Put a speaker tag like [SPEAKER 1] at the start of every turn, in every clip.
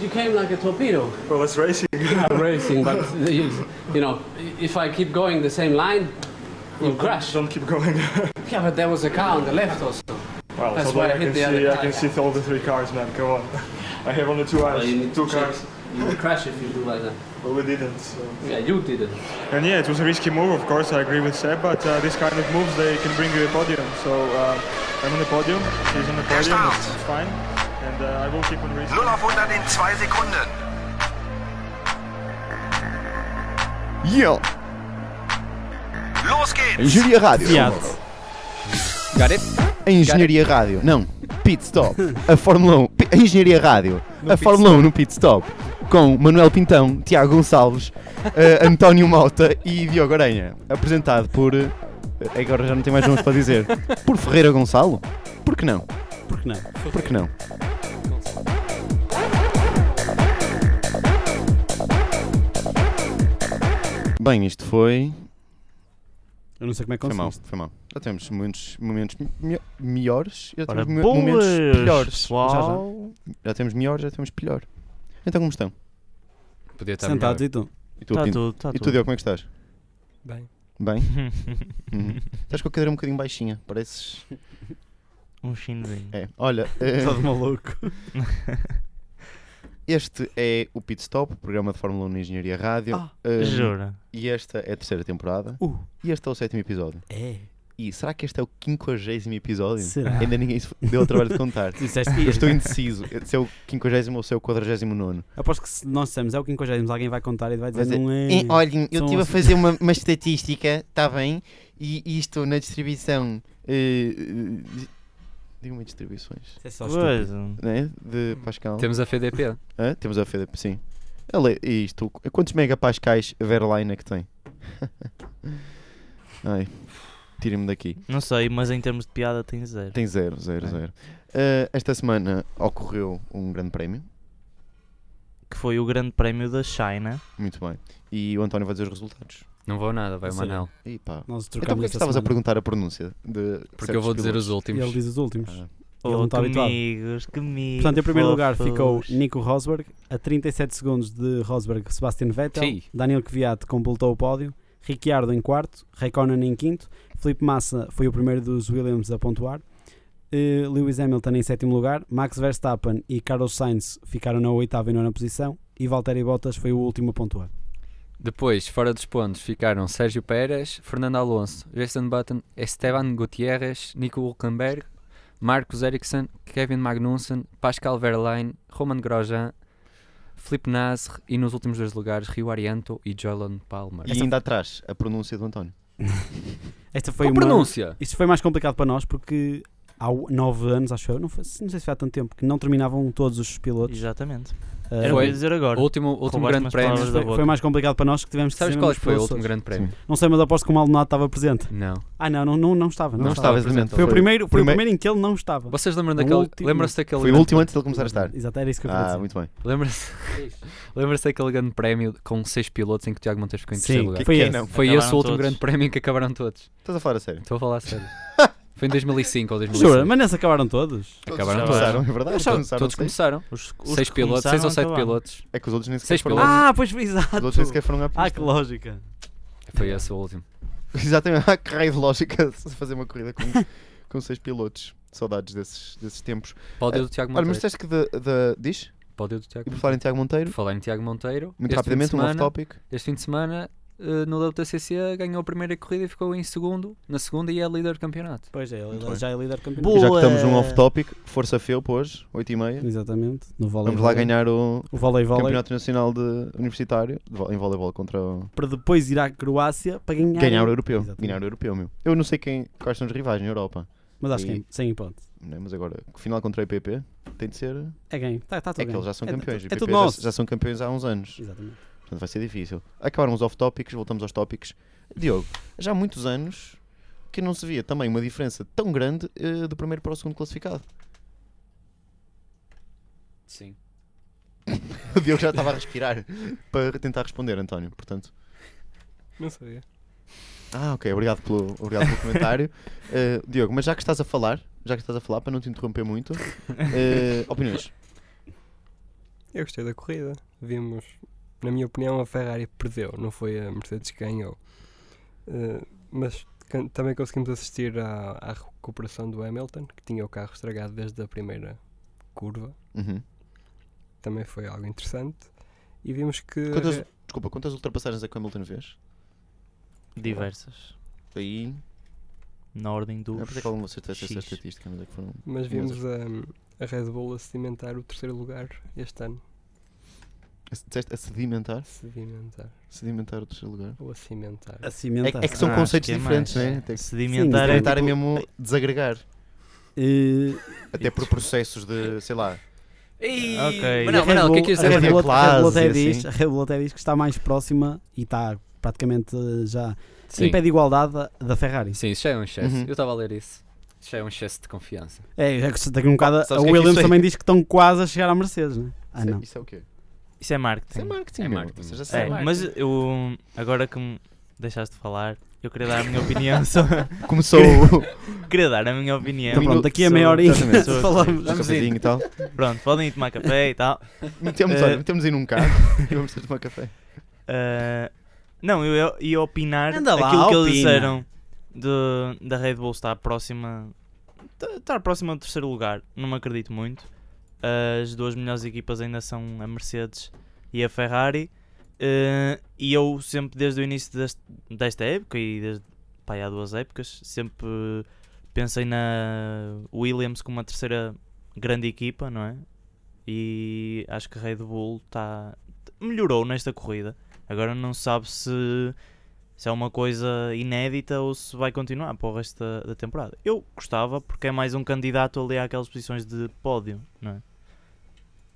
[SPEAKER 1] you came like a torpedo.
[SPEAKER 2] Well, that's racing.
[SPEAKER 1] I'm racing, but you, you know, if I keep going the same line, you'll crash.
[SPEAKER 2] Don't keep going.
[SPEAKER 1] Yeah, but there was a car on the left also.
[SPEAKER 2] well,
[SPEAKER 1] That's
[SPEAKER 2] so
[SPEAKER 1] why
[SPEAKER 2] I,
[SPEAKER 1] I hit
[SPEAKER 2] can
[SPEAKER 1] the
[SPEAKER 2] see.
[SPEAKER 1] other
[SPEAKER 2] I can see all the three cars, man. Come on. I have only two eyes,
[SPEAKER 1] you need
[SPEAKER 2] two
[SPEAKER 1] to check.
[SPEAKER 2] cars.
[SPEAKER 1] You will crash if you do like that.
[SPEAKER 2] But we didn't. So.
[SPEAKER 1] Yeah, you didn't.
[SPEAKER 2] And yeah, it was a risky move, of course, I agree with Seb, but uh, this kind of moves, they can bring you a podium. So uh, I'm on the podium, he's on the podium,
[SPEAKER 3] Start.
[SPEAKER 2] it's, it's fine, and uh, I will keep on racing.
[SPEAKER 3] 0 auf 100 in 2 Sekunden.
[SPEAKER 4] Yo,
[SPEAKER 3] Los geht's.
[SPEAKER 4] Engenharia Rádio.
[SPEAKER 5] Got it?
[SPEAKER 4] A Engenharia Rádio. Não, Pit Stop. A Fórmula 1. Pi- A Engenharia Rádio. a
[SPEAKER 5] pit
[SPEAKER 4] Fórmula 1 no Pit Stop. Com Manuel Pintão, Tiago Gonçalves, eh, António Mota e Diogo Aranha. Apresentado por. eh, agora já não tenho mais nomes para dizer. Por Ferreira Gonçalo? Por que não?
[SPEAKER 6] Porque não?
[SPEAKER 4] Por que não? Bem, isto foi.
[SPEAKER 6] Eu não sei como é que
[SPEAKER 4] Foi mal,
[SPEAKER 6] conseguiste.
[SPEAKER 4] foi mal. Já temos muitos momentos mi- melhores, já
[SPEAKER 6] Ora,
[SPEAKER 4] temos mo-
[SPEAKER 6] boas,
[SPEAKER 4] momentos piores.
[SPEAKER 6] pessoal.
[SPEAKER 4] Já temos melhor, já temos pior. Então como estão?
[SPEAKER 5] Podia estar melhor.
[SPEAKER 6] Sentados e tu?
[SPEAKER 4] E tu,
[SPEAKER 7] Está
[SPEAKER 4] Pinto?
[SPEAKER 7] tudo,
[SPEAKER 6] tá
[SPEAKER 7] está
[SPEAKER 4] e tu,
[SPEAKER 7] tudo.
[SPEAKER 4] Diogo, como é que estás?
[SPEAKER 7] Bem.
[SPEAKER 4] Bem? Uhum. Estás com a cadeira um bocadinho baixinha, pareces...
[SPEAKER 7] Um chinzinho.
[SPEAKER 4] É, olha, eh,
[SPEAKER 6] Estás maluco.
[SPEAKER 4] este é o Pit Stop, programa de Fórmula 1 na Engenharia Rádio.
[SPEAKER 7] Ah,
[SPEAKER 4] Eh,
[SPEAKER 7] Jura?
[SPEAKER 4] E esta é a terceira temporada.
[SPEAKER 6] Uh.
[SPEAKER 4] E este é o sétimo episódio.
[SPEAKER 6] É.
[SPEAKER 4] E será que este é o quinquagésimo episódio?
[SPEAKER 6] Será?
[SPEAKER 4] Ainda ninguém se deu o trabalho de contar.
[SPEAKER 6] Disseste
[SPEAKER 4] Eu estou indeciso se é o quinquagésimo ou se é o quadragésimo nono.
[SPEAKER 6] Aposto que se nós dissermos é o 50, alguém vai contar e vai dizer
[SPEAKER 4] Vai dizer,
[SPEAKER 6] não é.
[SPEAKER 4] Eh, olhem, eu
[SPEAKER 6] São
[SPEAKER 4] estive a
[SPEAKER 6] os-
[SPEAKER 4] fazer uma, uma estatística, está bem? E isto na distribuição. eh, eh, Diga-me distribuições.
[SPEAKER 6] Isso é
[SPEAKER 5] Tá
[SPEAKER 6] só estúpido.
[SPEAKER 7] Coisa.
[SPEAKER 4] Né? De Pascal.
[SPEAKER 5] Temos a FDP.
[SPEAKER 4] Hã? Temos a FEDEP, sim. Ele, e isto, quantos megapascais a Verlaine é que tem? Ai, tirem-me daqui.
[SPEAKER 7] Não sei, mas em termos de piada tem zero.
[SPEAKER 4] Tem zero, zero,
[SPEAKER 6] É.
[SPEAKER 4] zero. Eh, esta semana ocorreu um grande prémio.
[SPEAKER 7] Que foi o grande prémio da China.
[SPEAKER 4] Muito bem. E o António vai dizer os resultados.
[SPEAKER 5] Não vou nada, vai o
[SPEAKER 6] Sim.
[SPEAKER 5] Manel.
[SPEAKER 4] E pá.
[SPEAKER 6] Nós
[SPEAKER 4] Então
[SPEAKER 6] trocamos
[SPEAKER 4] porquê é que
[SPEAKER 6] esta
[SPEAKER 4] estavas a
[SPEAKER 6] semana.
[SPEAKER 4] perguntar a pronúncia? De
[SPEAKER 5] Porque eu vou dizer os
[SPEAKER 6] E
[SPEAKER 5] últimos.
[SPEAKER 6] ele diz os últimos. Ele não
[SPEAKER 7] Oh,
[SPEAKER 6] está
[SPEAKER 7] que
[SPEAKER 6] habituado.
[SPEAKER 7] amigos, que amigos.
[SPEAKER 6] Portanto, em primeiro lugar
[SPEAKER 7] fofos.
[SPEAKER 6] ficou Nico Rosberg, a 37 segundos de Rosberg, Sebastian Vettel,
[SPEAKER 5] Sim.
[SPEAKER 6] Daniel Kvyat completou o pódio, Ricciardo em quarto, Raikkonen em quinto, Felipe Massa foi o primeiro dos Williams a pontuar, eh, Lewis Hamilton em sétimo lugar, Max Verstappen e Carlos Sainz ficaram na oitava e nona posição e Valtteri Bottas foi o último a pontuar.
[SPEAKER 5] Depois, fora dos pontos, ficaram Sérgio Pérez, Fernando Alonso, Jason Button, Esteban Gutierrez, Nico Hülkenberg, Marcos Ericsson, Kevin Magnussen, Pascal Verlaine, Roman Grosjean, Felipe Nasr e nos últimos dois lugares Rio Arianto e Jolon Palmer.
[SPEAKER 4] E ainda atrás, a pronúncia do António.
[SPEAKER 6] Esta foi
[SPEAKER 5] Qual
[SPEAKER 6] uma...
[SPEAKER 5] pronúncia?
[SPEAKER 6] Isto foi mais complicado para nós porque há o- nove anos, acho eu, não, foi- não sei se foi há tanto tempo, que não terminavam todos os pilotos.
[SPEAKER 7] Exatamente.
[SPEAKER 6] eh,
[SPEAKER 7] Era o que eu
[SPEAKER 5] Foi.
[SPEAKER 7] ia dizer agora.
[SPEAKER 5] O último, último
[SPEAKER 7] Roubaste
[SPEAKER 5] grande
[SPEAKER 7] umas
[SPEAKER 5] prémio.
[SPEAKER 7] palavras
[SPEAKER 6] Mas
[SPEAKER 7] da
[SPEAKER 6] foi,
[SPEAKER 7] boca.
[SPEAKER 6] foi mais complicado para nós que tivemos que
[SPEAKER 5] Sabes
[SPEAKER 6] ser
[SPEAKER 5] qual é que
[SPEAKER 6] mesmo
[SPEAKER 5] foi o
[SPEAKER 6] pessoas.
[SPEAKER 5] último grande prémio?
[SPEAKER 6] Não sei, mas aposto que o Maldonado estava presente.
[SPEAKER 5] Não.
[SPEAKER 6] Ah, não, não, não, não estava. Não,
[SPEAKER 4] Não,
[SPEAKER 6] estava.
[SPEAKER 4] estava,
[SPEAKER 5] estava
[SPEAKER 4] exatamente.
[SPEAKER 5] presente.
[SPEAKER 6] Foi, o primeiro, foi o
[SPEAKER 4] primeiro-
[SPEAKER 6] primeiro em que ele não estava.
[SPEAKER 5] Vocês lembram
[SPEAKER 6] O
[SPEAKER 5] daquele.
[SPEAKER 6] último-
[SPEAKER 5] Lembram-se daquele.
[SPEAKER 4] Foi o
[SPEAKER 5] grande-
[SPEAKER 4] último antes de ele começar a estar.
[SPEAKER 6] Exato, era isso que eu queria
[SPEAKER 4] Ah,
[SPEAKER 6] dizer.
[SPEAKER 4] muito bem.
[SPEAKER 5] Lembra-se lembra-se daquele grande prémio com seis pilotos em que o Tiago Montes ficou em
[SPEAKER 6] Sim,
[SPEAKER 5] terceiro lugar?
[SPEAKER 6] que- Foi
[SPEAKER 4] Quem
[SPEAKER 6] esse.
[SPEAKER 4] não?
[SPEAKER 5] Foi
[SPEAKER 7] Acabaram
[SPEAKER 5] esse o último
[SPEAKER 7] todos.
[SPEAKER 5] grande prémio em que acabaram todos.
[SPEAKER 4] Estás a falar a sério.
[SPEAKER 5] Estou a falar a sério. Foi em 2005 ou 2006.
[SPEAKER 6] Jura, mas nesse acabaram todos.
[SPEAKER 5] Acabaram
[SPEAKER 7] todos.
[SPEAKER 4] começaram, é verdade?
[SPEAKER 5] Acharam-
[SPEAKER 4] começaram
[SPEAKER 5] todos
[SPEAKER 4] a seis.
[SPEAKER 5] começaram.
[SPEAKER 7] Os, os
[SPEAKER 5] Seis
[SPEAKER 7] que
[SPEAKER 5] pilotos, seis ou
[SPEAKER 7] começaram, tá
[SPEAKER 5] sete
[SPEAKER 7] acabaram.
[SPEAKER 5] pilotos.
[SPEAKER 4] É que os outros nem sequer
[SPEAKER 5] Seis
[SPEAKER 4] foram.
[SPEAKER 5] pilotos.
[SPEAKER 6] Ah, pois foi exato.
[SPEAKER 4] Os outros é nem sequer foram à pista.
[SPEAKER 6] Ah, que lógica.
[SPEAKER 5] Foi esse o último.
[SPEAKER 4] Exatamente. Ah, que raio de lógica se fazer uma corrida com, com seis pilotos. Saudades desses, desses tempos.
[SPEAKER 5] Pódio do Tiago
[SPEAKER 4] Olha, mas
[SPEAKER 5] Monteiro.
[SPEAKER 4] disseste que da. da- Diz?
[SPEAKER 5] Pódio do Tiago
[SPEAKER 4] E por
[SPEAKER 5] Monteiro.
[SPEAKER 4] falar em Tiago Monteiro,
[SPEAKER 5] Por falar em Tiago Monteiro,
[SPEAKER 4] muito
[SPEAKER 5] este fim de
[SPEAKER 4] rapidamente, um
[SPEAKER 5] semana-
[SPEAKER 4] off-topic.
[SPEAKER 5] Este fim de semana, eh, no WTCC, ganhou a primeira corrida e ficou em segundo. Na segunda, e é líder do campeonato.
[SPEAKER 6] Pois é,
[SPEAKER 4] Muito
[SPEAKER 6] ele
[SPEAKER 4] bem.
[SPEAKER 6] já é líder campeão.
[SPEAKER 7] Boa.
[SPEAKER 4] E Já que estamos num off-topic, força Felpo hoje, 8h30.
[SPEAKER 6] Exatamente. No voleibol.
[SPEAKER 4] Vamos lá ganhar o
[SPEAKER 6] o voleibol. é
[SPEAKER 4] Campeonato Nacional de Universitário de vo- em voleibol contra o.
[SPEAKER 6] Para depois ir à Croácia para ganhar.
[SPEAKER 4] Ganhar o europeu.
[SPEAKER 6] Exatamente.
[SPEAKER 4] Ganhar o europeu, meu. Eu não sei quem, quais são os rivais na Europa.
[SPEAKER 6] Mas acho que
[SPEAKER 4] E-
[SPEAKER 6] é, sem hipótese.
[SPEAKER 4] né? Mas agora, final contra o IPP tem de ser.
[SPEAKER 6] É ganho. Está tá tudo
[SPEAKER 4] É que eles
[SPEAKER 6] ganho.
[SPEAKER 4] já são
[SPEAKER 6] É
[SPEAKER 4] campeões.
[SPEAKER 6] tu-
[SPEAKER 4] o
[SPEAKER 6] É,
[SPEAKER 4] IPP
[SPEAKER 6] tudo
[SPEAKER 4] já-
[SPEAKER 6] nosso.
[SPEAKER 4] já, são campeões há uns anos.
[SPEAKER 6] Exatamente.
[SPEAKER 4] Portanto, vai ser difícil. Acabaram os off-topics, voltamos aos tópicos. Diogo, já há muitos anos que não se via também uma diferença tão grande eh, do primeiro para o segundo classificado.
[SPEAKER 5] Sim.
[SPEAKER 4] O Diogo já estava a respirar para tentar responder, António. Portanto.
[SPEAKER 7] Não sabia.
[SPEAKER 4] Ah, ok, obrigado pelo, obrigado pelo comentário. Eh, Diogo, mas já que estás a falar, já que estás a falar, para não te interromper muito, eh, opiniões.
[SPEAKER 8] Eu gostei da corrida. Vimos, na minha opinião, a Ferrari perdeu, não foi a Mercedes que ganhou. Eh, mas can- também conseguimos assistir à, à recuperação do Hamilton, que tinha o carro estragado desde a primeira curva.
[SPEAKER 4] Uhum.
[SPEAKER 8] Também foi algo interessante. E vimos que.
[SPEAKER 4] Quantas- Desculpa, quantas ultrapassagens é que o Hamilton fez?
[SPEAKER 7] Diversas.
[SPEAKER 4] Aí.
[SPEAKER 7] Na ordem do.
[SPEAKER 4] Eu pensei é que algum de vocês tivesse essa
[SPEAKER 7] X.
[SPEAKER 4] estatística, mas é que foram.
[SPEAKER 8] Mas vimos a, a Red Bull a sedimentar o terceiro lugar este ano.
[SPEAKER 4] Disseste a sedimentar?
[SPEAKER 8] Sedimentar.
[SPEAKER 4] Sedimentar o terceiro lugar.
[SPEAKER 8] Ou a cimentar.
[SPEAKER 6] A
[SPEAKER 4] É,
[SPEAKER 6] cimentar.
[SPEAKER 4] é que são
[SPEAKER 7] Ah,
[SPEAKER 4] conceitos
[SPEAKER 7] acho que é
[SPEAKER 4] diferentes,
[SPEAKER 7] mais.
[SPEAKER 4] né? Até que
[SPEAKER 7] Sedimentar
[SPEAKER 6] Sim,
[SPEAKER 7] é
[SPEAKER 4] sedimentar é
[SPEAKER 7] tipo-
[SPEAKER 4] mesmo desagregar.
[SPEAKER 6] Eh,
[SPEAKER 4] Até por processos de, sei lá.
[SPEAKER 5] Ei,
[SPEAKER 7] Ok.
[SPEAKER 5] Manel,
[SPEAKER 6] a Red
[SPEAKER 5] Manel, o que é que
[SPEAKER 6] Bull-
[SPEAKER 5] isto
[SPEAKER 6] a
[SPEAKER 5] é
[SPEAKER 4] Red
[SPEAKER 5] para
[SPEAKER 6] Red
[SPEAKER 4] Bull-
[SPEAKER 5] mim?
[SPEAKER 6] Bull- a Red Bull até
[SPEAKER 4] Classe,
[SPEAKER 6] diz-
[SPEAKER 4] assim.
[SPEAKER 6] a Red Bull até diz que está mais próxima e está praticamente eh, já em
[SPEAKER 5] Sim.
[SPEAKER 6] pé de igualdade da, da Ferrari.
[SPEAKER 5] Sim, isso já é um excesso.
[SPEAKER 4] Uhum.
[SPEAKER 5] Eu estava a ler isso. Isso já é um excesso de confiança.
[SPEAKER 6] É, é que daqui a um bocado
[SPEAKER 4] sabes
[SPEAKER 6] a
[SPEAKER 4] o que é que
[SPEAKER 6] Williams
[SPEAKER 4] isso é?
[SPEAKER 6] também diz que estão quase a chegar à Mercedes, né? Ah,
[SPEAKER 4] isso, é-
[SPEAKER 6] não.
[SPEAKER 4] isso é o quê?
[SPEAKER 7] Isso é marketing.
[SPEAKER 4] Isso é marketing,
[SPEAKER 5] É
[SPEAKER 4] meu.
[SPEAKER 5] marketing.
[SPEAKER 4] Vocês já
[SPEAKER 5] É,
[SPEAKER 7] É,
[SPEAKER 4] sabem.
[SPEAKER 7] mas eu. Agora que me deixaste falar, eu queria dar a minha opinião sobre.
[SPEAKER 4] Começou o
[SPEAKER 7] queria dar a minha opinião.
[SPEAKER 6] Então pronto, daqui a
[SPEAKER 7] sobre-
[SPEAKER 6] meia horinha
[SPEAKER 7] exatamente, sobre-
[SPEAKER 6] falamos.
[SPEAKER 4] o cafezinho e tal.
[SPEAKER 7] Pronto, podem ir tomar café e tal.
[SPEAKER 4] Metemos,
[SPEAKER 7] Eh,
[SPEAKER 4] olha, metemos aí num carro e vamos ter de tomar café.
[SPEAKER 7] Ah, não, eu ia- ia opinar
[SPEAKER 6] Anda lá,
[SPEAKER 7] aquilo que eles
[SPEAKER 6] opina.
[SPEAKER 7] disseram de, da Red Bull estar próxima. tá- Estar próxima do terceiro lugar. Não me acredito muito. As duas melhores equipas ainda são a Mercedes e a Ferrari. Ah, e eu sempre, desde o início deste- desta época e desde pá, há duas épocas, sempre pensei na Williams como uma terceira grande equipa, não é? E acho que a Red Bull tá, melhorou nesta corrida. Agora não se sabe se, se é uma coisa inédita ou se vai continuar para o resto da, da temporada. Eu gostava porque é mais um candidato ali àquelas posições de pódio, não é?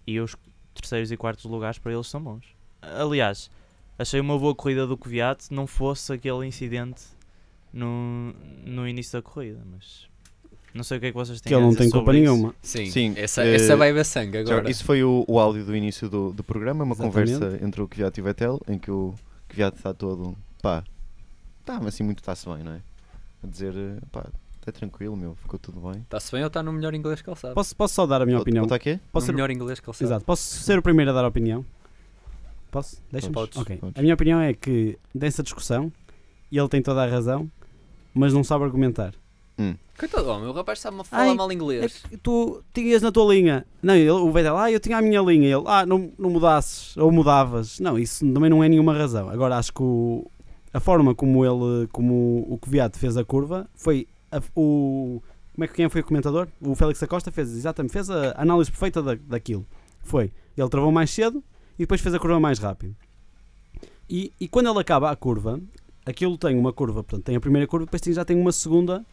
[SPEAKER 7] E os terceiros e quartos lugares para eles são bons. Aliás, achei uma boa corrida do Kvyat se não fosse aquele incidente no, no início da corrida, mas não sei o que é que vocês têm
[SPEAKER 6] Que
[SPEAKER 7] a
[SPEAKER 6] ele não
[SPEAKER 7] dizer
[SPEAKER 6] tem culpa
[SPEAKER 7] sobre isso.
[SPEAKER 6] nenhuma.
[SPEAKER 5] Sim,
[SPEAKER 4] Sim,
[SPEAKER 5] essa,
[SPEAKER 4] eh,
[SPEAKER 5] essa vai ver sangue
[SPEAKER 4] Já,
[SPEAKER 5] agora.
[SPEAKER 4] Isso foi o, o áudio do início do, do programa, uma
[SPEAKER 6] Exatamente.
[SPEAKER 4] conversa entre o Kvyat e o Vettel, em que o Kvyat está todo, pá, está mas assim muito está-se bem, não é? A dizer, eh, pá, está tranquilo, meu, ficou tudo bem. Tá-
[SPEAKER 5] Está-se bem ou está no melhor inglês que ele sabe?
[SPEAKER 6] Posso, posso só dar a minha opinião?
[SPEAKER 4] Está aqui?
[SPEAKER 6] Posso
[SPEAKER 5] no
[SPEAKER 6] ser,
[SPEAKER 5] melhor inglês que ele sabe.
[SPEAKER 6] exato, posso ser o primeiro a dar a opinião? Posso? Deixa-me?
[SPEAKER 5] Podes,
[SPEAKER 6] Ok.
[SPEAKER 4] podes.
[SPEAKER 6] A minha opinião é que dessa discussão, ele tem toda a razão, mas não sabe argumentar.
[SPEAKER 5] Coitado, homem, o rapaz sabe
[SPEAKER 6] Ai,
[SPEAKER 5] falar mal inglês.
[SPEAKER 6] É que tu tinhas na tua linha. Não, ele, o Vettel, ah, eu tinha a minha linha. Ele, ah, não, não mudasses ou mudavas. Não, isso também não é nenhuma razão. Agora, acho que o- a forma como ele, como o Kvyat fez a curva, foi a- o. Como é que quem foi o comentador? O Félix Acosta fez, exatamente, fez a análise perfeita da, daquilo. Foi, ele travou mais cedo e depois fez a curva mais rápido. E, e quando ele acaba a curva, aquilo tem uma curva, portanto, tem a primeira curva, depois tem- já tem uma segunda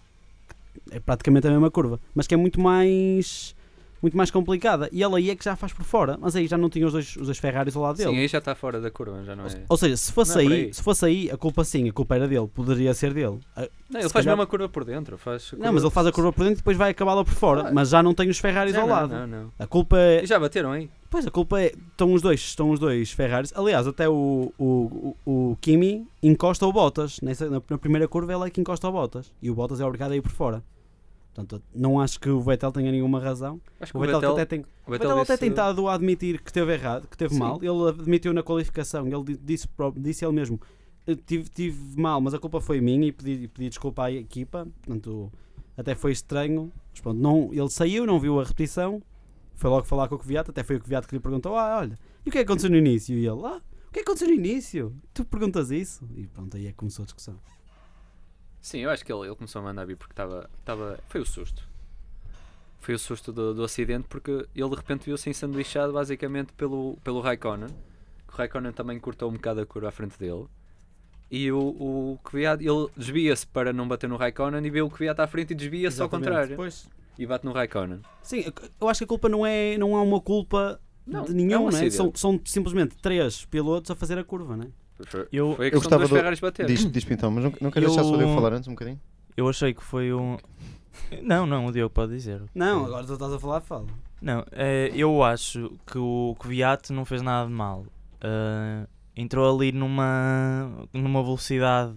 [SPEAKER 6] é praticamente a mesma curva, mas que é muito mais muito mais complicada. E ela aí é que já faz por fora, mas aí já não tinha os dois, os dois Ferraris ao lado
[SPEAKER 5] Sim,
[SPEAKER 6] dele.
[SPEAKER 5] aí já está fora da curva, já não é.
[SPEAKER 6] Ou seja, se fosse,
[SPEAKER 5] Não é por
[SPEAKER 6] aí,
[SPEAKER 5] aí.
[SPEAKER 6] se fosse aí, a culpa sim, a culpa era dele, poderia ser dele. A-
[SPEAKER 5] Não, ele
[SPEAKER 6] se
[SPEAKER 5] faz
[SPEAKER 6] calhar-
[SPEAKER 5] mesmo a curva por dentro. Faz a
[SPEAKER 6] Não, mas ele faz a curva por dentro e depois vai acabá-la por fora,
[SPEAKER 5] Ah,
[SPEAKER 6] mas já não tem os Ferraris
[SPEAKER 5] Já
[SPEAKER 6] ao
[SPEAKER 5] não,
[SPEAKER 6] lado.
[SPEAKER 5] Não, não.
[SPEAKER 6] A culpa é.
[SPEAKER 5] E já bateram, hein?
[SPEAKER 6] Pois a culpa é. Estão os dois, estão os dois Ferraris. Aliás, até o, o, o, o Kimi encosta o Bottas. Nessa, na, na primeira curva ele é que encosta o Bottas. E o Bottas é obrigado a ir por fora. Portanto, não acho que o Vettel tenha nenhuma razão.
[SPEAKER 5] Acho que
[SPEAKER 6] O Vettel, que até tem.
[SPEAKER 5] o
[SPEAKER 6] Mas Então ele até
[SPEAKER 5] disse-
[SPEAKER 6] tentado a admitir que teve errado, que teve
[SPEAKER 5] Sim.
[SPEAKER 6] mal. Ele admitiu na qualificação, ele di- disse, pró- disse ele mesmo: "Eu tive, tive mal, mas a culpa foi minha e pedi, pedi desculpa à equipa. Portanto, até foi estranho. Mas pronto, não, ele saiu, não viu a repetição, foi logo falar com o Coviato. Até foi o Coviato que lhe perguntou: Ah, olha, e o que é que aconteceu no início? E ele: Ah, o que é que aconteceu no início? Tu perguntas isso? E pronto, aí é que começou a discussão.
[SPEAKER 5] Sim, eu acho que ele, ele começou a mandar vir porque estava. estava foi o susto. Foi o susto do, do acidente porque ele de repente viu-se ensanduichado basicamente pelo, pelo Raikkonen. Que o Raikkonen também cortou um bocado a curva à frente dele. E o, o Kvyat, ele desvia-se para não bater no Raikkonen e vê o Kvyat à frente e desvia-se ao
[SPEAKER 6] Exatamente.
[SPEAKER 5] É contrário.
[SPEAKER 6] Pois.
[SPEAKER 5] E bate no Raikkonen.
[SPEAKER 6] Sim, eu acho que a culpa não é, não é uma culpa
[SPEAKER 5] Não,
[SPEAKER 6] de
[SPEAKER 5] é
[SPEAKER 6] nenhum,
[SPEAKER 5] um
[SPEAKER 6] né?
[SPEAKER 5] acidente.
[SPEAKER 6] são, são simplesmente três pilotos a fazer a curva, né?
[SPEAKER 5] Foi
[SPEAKER 7] Eu,
[SPEAKER 5] foi a
[SPEAKER 4] eu
[SPEAKER 5] questão
[SPEAKER 4] gostava
[SPEAKER 5] dos
[SPEAKER 4] do-
[SPEAKER 5] Ferraris bater.
[SPEAKER 4] Diz, diz então, mas não, não queres deixar só eu
[SPEAKER 7] Eu-
[SPEAKER 4] falar antes um bocadinho?
[SPEAKER 7] eu achei que foi um. Não, não, o Diogo pode dizer.
[SPEAKER 6] Não, agora tu estás a falar, fala.
[SPEAKER 7] Não, eh, eu acho que o Kvyat não fez nada de mal. Eh, entrou ali numa, numa velocidade,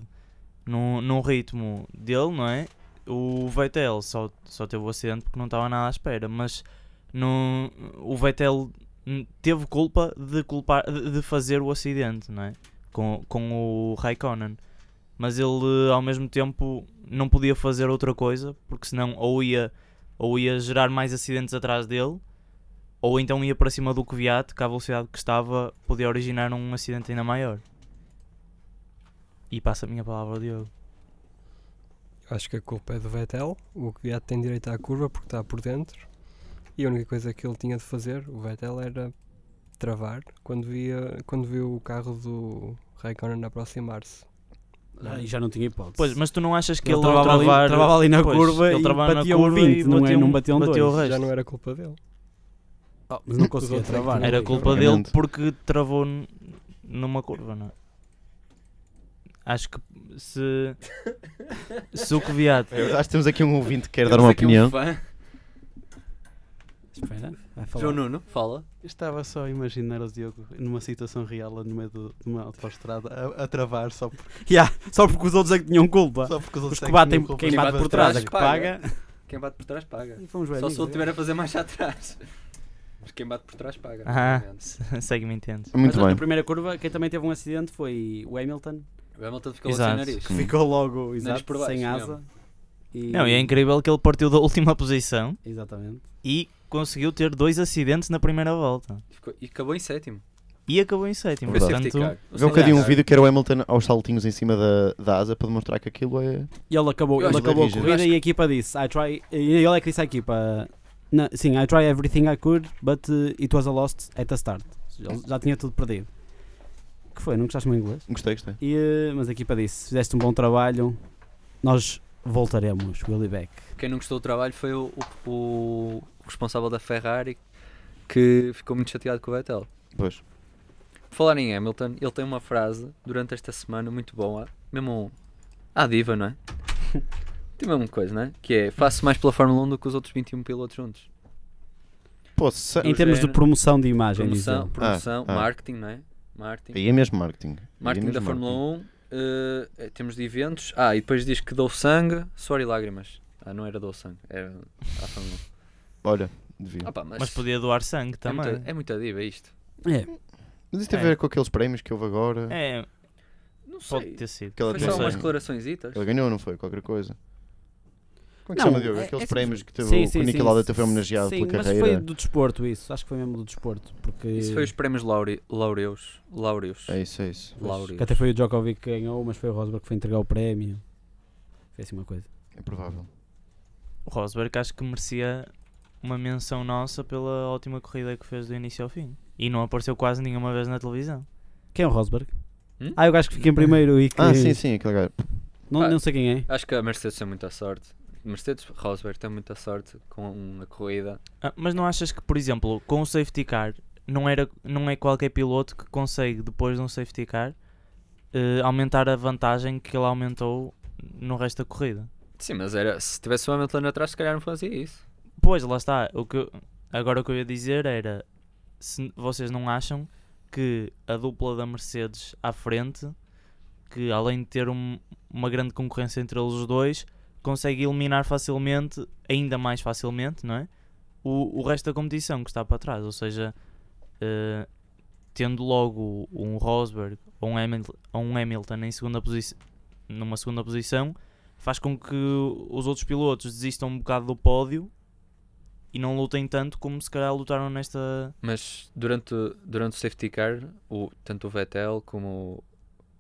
[SPEAKER 7] num, num ritmo dele, não é? O Vettel só, só teve o acidente porque não estava nada à espera, mas no, o Vettel hum, teve culpa de, culpar, de de fazer o acidente, não é? Com, com o Raikkonen. Mas ele, ao mesmo tempo, não podia fazer outra coisa, porque senão ou ia, ou ia gerar mais acidentes atrás dele, ou então ia para cima do Kvyat, que à velocidade que estava podia originar um acidente ainda maior. E passa a minha palavra ao Diogo.
[SPEAKER 8] Acho que a culpa é do Vettel. O Kvyat tem direito à curva porque está por dentro. E a única coisa que ele tinha de fazer, o Vettel, era travar quando, via, quando viu o carro do Raikkonen aproximar-se.
[SPEAKER 6] Ah, e já não tinha hipótese.
[SPEAKER 7] Pois, mas tu não achas que ele, ao
[SPEAKER 6] travava,
[SPEAKER 7] travar-
[SPEAKER 6] ali, travava ali na
[SPEAKER 7] Pois,
[SPEAKER 6] curva
[SPEAKER 7] ele
[SPEAKER 6] e
[SPEAKER 7] travava na
[SPEAKER 6] batia um
[SPEAKER 7] curva e
[SPEAKER 6] 20, não, é,
[SPEAKER 7] bateu-
[SPEAKER 6] não é batia um
[SPEAKER 7] bateu
[SPEAKER 6] 2.
[SPEAKER 7] o resto.
[SPEAKER 8] Já não era culpa dele.
[SPEAKER 6] Mas não conseguia
[SPEAKER 9] é
[SPEAKER 6] travar.
[SPEAKER 7] Era culpa dele
[SPEAKER 4] Obviamente.
[SPEAKER 7] porque travou n- numa curva, não é? Acho que se. se o Kvyat.
[SPEAKER 6] É
[SPEAKER 4] Acho que temos aqui um ouvinte que quer dar uma
[SPEAKER 5] é
[SPEAKER 4] opinião.
[SPEAKER 6] Espera, vai falar.
[SPEAKER 5] João Nuno, fala.
[SPEAKER 9] Estava só a imaginar o Diogo numa situação real lá no meio do- de uma autoestrada a, a travar só, por-
[SPEAKER 6] Ya, só porque os outros é que tinham culpa.
[SPEAKER 9] só porque os
[SPEAKER 6] Os
[SPEAKER 9] outros
[SPEAKER 6] que
[SPEAKER 9] é
[SPEAKER 6] batem
[SPEAKER 9] tinham
[SPEAKER 6] quem
[SPEAKER 9] culpa.
[SPEAKER 6] bate por trás é que
[SPEAKER 9] Mas
[SPEAKER 6] paga.
[SPEAKER 5] Quem bate por trás paga.
[SPEAKER 6] E fomos bem
[SPEAKER 5] Só se eu
[SPEAKER 6] amigos,
[SPEAKER 5] estiver a fazer mais atrás. Mas quem bate por trás paga.
[SPEAKER 7] Ah.
[SPEAKER 5] obviamente.
[SPEAKER 7] Segue-me entende.
[SPEAKER 4] É Muito
[SPEAKER 6] Mas na
[SPEAKER 4] bem.
[SPEAKER 6] primeira curva, quem também teve um acidente foi o Hamilton,
[SPEAKER 5] O Hamilton ficou
[SPEAKER 7] Exato.
[SPEAKER 5] sem nariz.
[SPEAKER 6] que ficou logo exato,
[SPEAKER 5] por baixo,
[SPEAKER 6] sem
[SPEAKER 5] Hum. mesmo.
[SPEAKER 6] asa. E...
[SPEAKER 7] Não, e é incrível que ele partiu da última posição
[SPEAKER 6] Exatamente.
[SPEAKER 7] e conseguiu ter dois acidentes na primeira volta.
[SPEAKER 5] Ficou- E acabou em sétimo.
[SPEAKER 7] E acabou em sétimo.
[SPEAKER 4] Foi
[SPEAKER 7] Portanto,
[SPEAKER 4] Vê um bocadinho um vídeo que era o Hamilton aos saltinhos em cima da, da asa para demonstrar que aquilo é.
[SPEAKER 6] E ele acabou,
[SPEAKER 4] Eu
[SPEAKER 6] ele
[SPEAKER 4] acho que
[SPEAKER 6] acabou a
[SPEAKER 4] ele é
[SPEAKER 6] corrida
[SPEAKER 1] rígido.
[SPEAKER 6] e a equipa disse: I try. E ele é que disse à equipa: "Não, Sim, I try everything I could, but uh, it was a lost at the start. Ele já tinha tudo perdido. que foi? Não gostaste do meu inglês?
[SPEAKER 4] um Gostei, gostei.
[SPEAKER 6] E, uh, mas a equipa disse: Fizeste um bom trabalho, nós voltaremos. We'll be back.
[SPEAKER 5] Quem não gostou do trabalho foi o, o- o responsável da Ferrari que ficou muito chateado com o Vettel.
[SPEAKER 4] Pois.
[SPEAKER 5] Por falar em Hamilton, ele tem uma frase durante esta semana muito boa, mesmo à diva, não é? Tem a mesma coisa, não é? Que é, faço mais pela Fórmula 1 do que os outros 21 pilotos juntos.
[SPEAKER 4] Pô, se...
[SPEAKER 6] Em termos de
[SPEAKER 5] género,
[SPEAKER 6] promoção de imagem, diz
[SPEAKER 5] Promoção,
[SPEAKER 6] ele.
[SPEAKER 5] promoção
[SPEAKER 4] ah.
[SPEAKER 5] marketing, não é? Marketing.
[SPEAKER 4] Aí é mesmo marketing. Aí é
[SPEAKER 5] Marketing da
[SPEAKER 4] mesmo
[SPEAKER 5] Fórmula
[SPEAKER 4] marketing.
[SPEAKER 5] 1, eh, temos de eventos. Ah, e depois diz que dou sangue, suor e lágrimas. Ah, não era dou sangue, era à Fórmula 1.
[SPEAKER 4] Olha, devia.
[SPEAKER 5] Ah pá, mas,
[SPEAKER 7] mas podia doar sangue
[SPEAKER 5] é,
[SPEAKER 7] também.
[SPEAKER 5] muita, é muita diva isto.
[SPEAKER 6] É,
[SPEAKER 4] Mas isto tem a
[SPEAKER 7] É.
[SPEAKER 4] ver com aqueles prémios que houve agora.
[SPEAKER 7] É,
[SPEAKER 5] Não sei.
[SPEAKER 7] pode ter sido.
[SPEAKER 4] Aquela né?
[SPEAKER 5] Foi
[SPEAKER 7] não
[SPEAKER 5] só
[SPEAKER 7] sei.
[SPEAKER 5] umas declaraçõesitas.
[SPEAKER 4] Ele ganhou, não foi? Qualquer coisa. Como é que
[SPEAKER 6] Não,
[SPEAKER 4] se chama, Diogo?
[SPEAKER 6] é-
[SPEAKER 4] Aqueles
[SPEAKER 6] é
[SPEAKER 4] prémios que teve
[SPEAKER 6] sim,
[SPEAKER 4] o-
[SPEAKER 6] sim,
[SPEAKER 4] que o
[SPEAKER 6] sim,
[SPEAKER 4] Niki Lauda foi homenageado
[SPEAKER 6] sim,
[SPEAKER 4] pela
[SPEAKER 6] mas
[SPEAKER 4] carreira.
[SPEAKER 6] foi do desporto isso. Acho que foi mesmo do desporto. Porque
[SPEAKER 5] Isso foi os prémios Laure- Laureus. Laureus.
[SPEAKER 4] É isso, é isso.
[SPEAKER 5] Laureus.
[SPEAKER 6] que até foi o Djokovic que ganhou, mas foi o Rosberg que foi entregar o prémio. Foi assim uma coisa.
[SPEAKER 4] É provável.
[SPEAKER 7] O Rosberg acho que merecia uma menção nossa pela ótima corrida que fez do início ao fim. E não apareceu quase nenhuma vez na televisão.
[SPEAKER 6] Quem é o Rosberg?
[SPEAKER 5] Hum?
[SPEAKER 6] Ah, eu gajo que fica em primeiro e que.
[SPEAKER 4] Ah, sim, sim, aquele gajo.
[SPEAKER 6] Não,
[SPEAKER 5] Ah.
[SPEAKER 6] não sei quem é.
[SPEAKER 5] Acho que a Mercedes tem muita sorte. Mercedes Rosberg tem muita sorte com uma corrida.
[SPEAKER 7] Ah, mas não achas que, por exemplo, com o safety car, não, era, não é qualquer piloto que consegue, depois de um safety car, eh, aumentar a vantagem que ele aumentou no resto da corrida?
[SPEAKER 5] Sim, mas era se tivesse o Hamilton atrás, se calhar não fazia isso.
[SPEAKER 7] Pois, lá está. O que eu- agora o que eu ia dizer era: se vocês não acham que a dupla da Mercedes à frente, que além de ter um- uma grande concorrência entre eles os dois, consegue eliminar facilmente, ainda mais facilmente, não é? O, o resto da competição que está para trás. Ou seja, eh, tendo logo um Rosberg ou um Hamilton, ou um Hamilton em segunda posição, numa segunda posição. Faz com que os outros pilotos desistam um bocado do pódio e não lutem tanto como se calhar lutaram nesta.
[SPEAKER 5] Mas durante, durante o safety car, o, tanto o Vettel como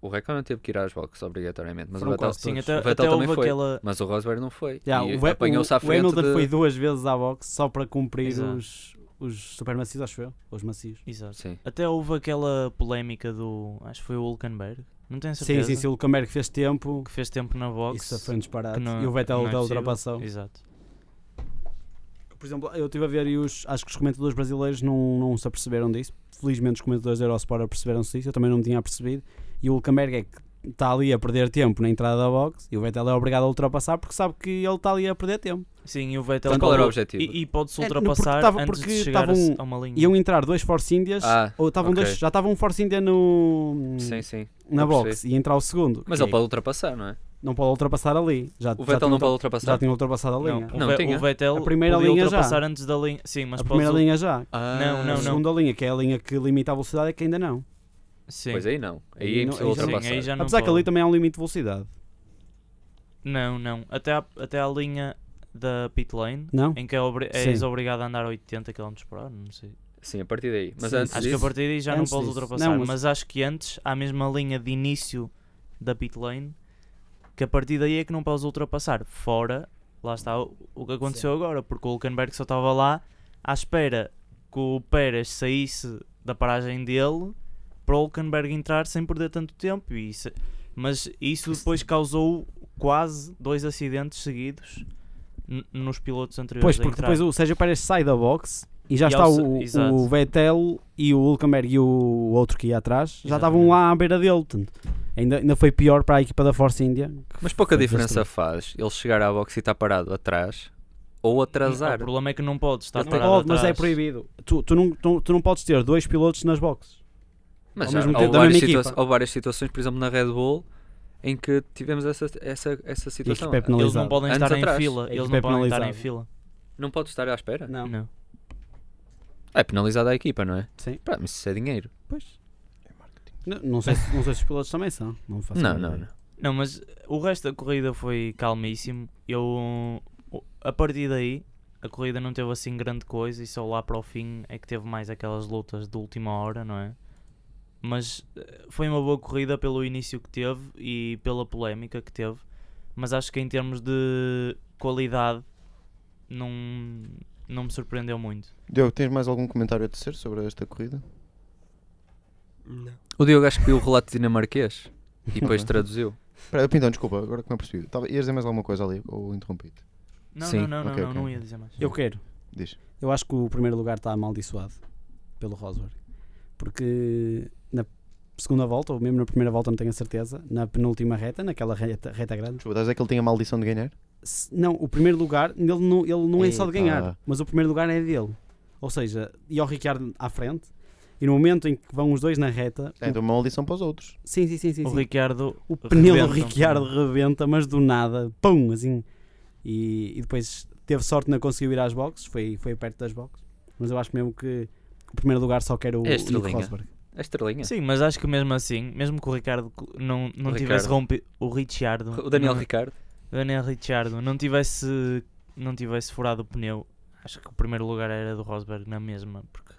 [SPEAKER 5] o, o Raikkonen teve que ir às boxes obrigatoriamente. Mas o
[SPEAKER 6] Foram
[SPEAKER 5] Vettel,
[SPEAKER 6] quase todos.
[SPEAKER 7] Sim, até,
[SPEAKER 5] o Vettel
[SPEAKER 7] até houve
[SPEAKER 5] também foi.
[SPEAKER 7] aquela.
[SPEAKER 5] Mas o Rosberg não foi.
[SPEAKER 6] Já,
[SPEAKER 5] e
[SPEAKER 6] o, Ve-
[SPEAKER 5] apanhou-se
[SPEAKER 6] o-
[SPEAKER 5] à
[SPEAKER 6] o
[SPEAKER 5] frente.
[SPEAKER 6] Hamilton
[SPEAKER 5] de-
[SPEAKER 6] foi duas vezes à boxe só para cumprir
[SPEAKER 7] Exato.
[SPEAKER 6] os, os supermacios, acho eu. Os macios.
[SPEAKER 7] Exato.
[SPEAKER 5] Sim. Então
[SPEAKER 7] Até houve aquela polémica do. Acho que foi o Hulkenberg. Não tenho
[SPEAKER 6] Sim,
[SPEAKER 7] certeza.
[SPEAKER 6] sim, sim. O Lucamberg fez tempo.
[SPEAKER 7] Que fez tempo na box.
[SPEAKER 6] Isso foi um disparate.
[SPEAKER 7] que não-
[SPEAKER 6] e o Vettel
[SPEAKER 7] não é
[SPEAKER 6] da
[SPEAKER 7] possível.
[SPEAKER 6] ultrapassou.
[SPEAKER 7] Exato.
[SPEAKER 6] Por exemplo, eu estive a ver e os, acho que os comentadores brasileiros não, não se aperceberam disso. Felizmente os comentadores da Eurosport aperceberam-se disso. Eu também não me tinha apercebido. E o Hulkenberg é que está ali a perder tempo na entrada da box e o Vettel é obrigado a ultrapassar porque sabe que ele está ali a perder tempo.
[SPEAKER 7] Sim, e o Vettel.
[SPEAKER 5] Mas Então qual era o
[SPEAKER 7] parou-
[SPEAKER 5] objetivo?
[SPEAKER 7] E, e pode-se
[SPEAKER 6] É, não, porque
[SPEAKER 7] ultrapassar
[SPEAKER 6] tava-
[SPEAKER 7] antes
[SPEAKER 6] porque
[SPEAKER 7] de chegar a-
[SPEAKER 6] tava um-
[SPEAKER 7] a uma linha.
[SPEAKER 6] Iam entrar dois Force Indias,
[SPEAKER 5] Ah,
[SPEAKER 6] ou estavam
[SPEAKER 5] ok.
[SPEAKER 6] dois, já estava um Force India no,
[SPEAKER 5] Sim, sim.
[SPEAKER 6] na
[SPEAKER 5] eu
[SPEAKER 6] box
[SPEAKER 5] percebi.
[SPEAKER 6] e entrar o segundo.
[SPEAKER 5] Mas
[SPEAKER 6] que
[SPEAKER 5] ele pode ultrapassar, não é?
[SPEAKER 6] é- não pode ultrapassar ali. Já, já
[SPEAKER 5] O Vettel
[SPEAKER 6] tinha
[SPEAKER 5] não
[SPEAKER 6] ultra-
[SPEAKER 5] pode ultrapassar.
[SPEAKER 6] Já tinha ultrapassado a linha.
[SPEAKER 5] Não,
[SPEAKER 7] o, Ve-
[SPEAKER 5] tinha.
[SPEAKER 7] o Vettel
[SPEAKER 6] A primeira
[SPEAKER 7] podia
[SPEAKER 6] linha já.
[SPEAKER 7] ultrapassar antes da linha. Sim, mas
[SPEAKER 6] a
[SPEAKER 7] pode
[SPEAKER 6] primeira
[SPEAKER 7] ul-
[SPEAKER 6] linha já.
[SPEAKER 5] Ah,
[SPEAKER 7] Não,
[SPEAKER 6] a
[SPEAKER 7] não, não.
[SPEAKER 6] segunda linha, que é a linha que limita a velocidade, é que ainda não.
[SPEAKER 7] Sim.
[SPEAKER 5] Pois aí não. Aí
[SPEAKER 6] Aí
[SPEAKER 5] é
[SPEAKER 6] não- aí já-
[SPEAKER 5] impossível
[SPEAKER 7] Sim,
[SPEAKER 5] ultrapassar.
[SPEAKER 7] aí já Ah, não
[SPEAKER 6] Apesar que ali
[SPEAKER 7] pode.
[SPEAKER 6] também há um limite de velocidade.
[SPEAKER 7] Não, não. Até à, até à linha da pit lane,
[SPEAKER 6] Não?
[SPEAKER 7] em que é obri-
[SPEAKER 6] Sim.
[SPEAKER 7] és obrigado a andar a 80 km por hora, não sei.
[SPEAKER 5] Sim, a partir daí. Mas
[SPEAKER 6] Sim,
[SPEAKER 5] antes
[SPEAKER 6] sim.
[SPEAKER 7] Acho que a
[SPEAKER 5] disso,
[SPEAKER 7] partir daí já
[SPEAKER 6] Antes
[SPEAKER 7] não podes
[SPEAKER 6] disso.
[SPEAKER 7] ultrapassar,
[SPEAKER 6] Não, mas-
[SPEAKER 7] mas... acho que antes há a mesma linha de início da pit lane, que a partir daí é que não podes ultrapassar. Fora, lá está o, o que aconteceu agora, porque o Hulkenberg só estava lá à espera que o Pérez saísse da paragem dele para o Hulkenberg entrar sem perder tanto tempo. E isso- mas isso depois causou quase dois acidentes seguidos n- nos pilotos anteriores.
[SPEAKER 6] Pois,
[SPEAKER 7] a
[SPEAKER 6] porque
[SPEAKER 7] entrar.
[SPEAKER 6] depois o Sérgio Pérez sai da box e já
[SPEAKER 7] E
[SPEAKER 6] está
[SPEAKER 7] ao-
[SPEAKER 6] o,
[SPEAKER 7] exato.
[SPEAKER 6] o Vettel e o Hulkenberg e o outro que ia atrás, já estavam
[SPEAKER 7] Exatamente.
[SPEAKER 6] lá à beira dele. portanto, ainda, ainda foi pior para a equipa da Force India.
[SPEAKER 5] mas pouca
[SPEAKER 6] Foi
[SPEAKER 5] diferença
[SPEAKER 6] desastroso.
[SPEAKER 5] faz ele chegar à boxe e estar parado atrás ou
[SPEAKER 7] O
[SPEAKER 5] atrasar.
[SPEAKER 7] problema é que não podes estar
[SPEAKER 6] Não
[SPEAKER 7] parado
[SPEAKER 6] pode, mas é
[SPEAKER 7] atrás.
[SPEAKER 6] proibido. Tu, tu, não, tu, tu não podes ter dois pilotos nas boxes.
[SPEAKER 5] Mas
[SPEAKER 6] Ao
[SPEAKER 5] já,
[SPEAKER 6] mesmo
[SPEAKER 5] há
[SPEAKER 6] tempo, da
[SPEAKER 5] várias
[SPEAKER 6] mesma
[SPEAKER 5] situa-
[SPEAKER 6] equipa.
[SPEAKER 5] há várias situações, por exemplo, na Red Bull, em que tivemos essa, essa, essa situação.
[SPEAKER 6] equipa é penal-
[SPEAKER 7] Eles
[SPEAKER 6] penalizado.
[SPEAKER 7] não podem
[SPEAKER 5] Antes
[SPEAKER 7] estar
[SPEAKER 5] atrás.
[SPEAKER 7] em fila.
[SPEAKER 6] A
[SPEAKER 7] Eles
[SPEAKER 6] equipa é
[SPEAKER 7] não podem estar em
[SPEAKER 6] penalizada.
[SPEAKER 7] fila.
[SPEAKER 5] Não pode estar à espera.
[SPEAKER 6] Não.
[SPEAKER 7] Não.
[SPEAKER 5] É penalizada a equipa, não é?
[SPEAKER 6] Sim.
[SPEAKER 5] Pá, mas isso é dinheiro.
[SPEAKER 6] Não, não sei, se- não sei se os pilotos também são. Não, faço
[SPEAKER 5] Não,
[SPEAKER 6] ideia.
[SPEAKER 5] não, não.
[SPEAKER 7] Não, mas o resto da corrida foi calmíssimo. Eu, o- a partir daí, a corrida não teve assim grande coisa e só lá para o fim é que teve mais aquelas lutas de última hora, não é? Mas eh, foi uma boa corrida pelo início que teve e pela polémica que teve. Mas acho que em termos de qualidade, não, não me surpreendeu muito.
[SPEAKER 4] Diogo, tens mais algum comentário a tecer sobre esta corrida?
[SPEAKER 8] Não.
[SPEAKER 5] O Diogo acho que viu o relato dinamarquês e depois traduziu.
[SPEAKER 4] Espera, Pintão, desculpa, agora que me apercebi. Tava- Ias dizer mais alguma coisa ali ou interrompi-te?
[SPEAKER 7] Não,
[SPEAKER 5] Sim,
[SPEAKER 7] não, não,
[SPEAKER 4] ok,
[SPEAKER 7] não,
[SPEAKER 4] ok.
[SPEAKER 7] não ia dizer mais.
[SPEAKER 6] Eu quero.
[SPEAKER 4] Diz.
[SPEAKER 6] Eu acho que o primeiro lugar está amaldiçoado pelo Rosberg. Porque na segunda volta, ou mesmo na primeira volta, não tenho a certeza, na penúltima reta, naquela reta, reta grande.
[SPEAKER 4] Desculpa, estás a dizer que ele tem a maldição de ganhar?
[SPEAKER 6] se- Não, o primeiro lugar, ele não, ele não é só de
[SPEAKER 4] Epa.
[SPEAKER 6] ganhar, mas o primeiro lugar é dele. Ou seja, e ao Ricciardo à frente, e no momento em que vão os dois na reta,
[SPEAKER 4] É,
[SPEAKER 6] o-
[SPEAKER 4] então uma maldição para os outros.
[SPEAKER 6] sim, sim, sim, sim,
[SPEAKER 7] O
[SPEAKER 6] sim.
[SPEAKER 7] Ricardo.
[SPEAKER 6] o pneu do
[SPEAKER 7] rebenta um
[SPEAKER 6] Ricciardo rebenta, mas do nada, pum, assim. E, e depois teve sorte, não conseguiu ir às boxes, foi, foi perto das boxes. Mas eu acho mesmo que o primeiro lugar só quer o,
[SPEAKER 5] É a
[SPEAKER 6] o Nico
[SPEAKER 5] estrelinha.
[SPEAKER 6] Rosberg.
[SPEAKER 5] A É estrelinha.
[SPEAKER 7] Sim, mas acho que mesmo assim, mesmo que o Ricardo co- não, não
[SPEAKER 5] O
[SPEAKER 7] tivesse
[SPEAKER 5] Ricardo.
[SPEAKER 7] rompido o Richardo,
[SPEAKER 5] O Daniel
[SPEAKER 7] não,
[SPEAKER 5] Ricardo.
[SPEAKER 7] Daniel Richardo não tivesse não tivesse furado o pneu, acho que o primeiro lugar era do Rosberg na mesma, porque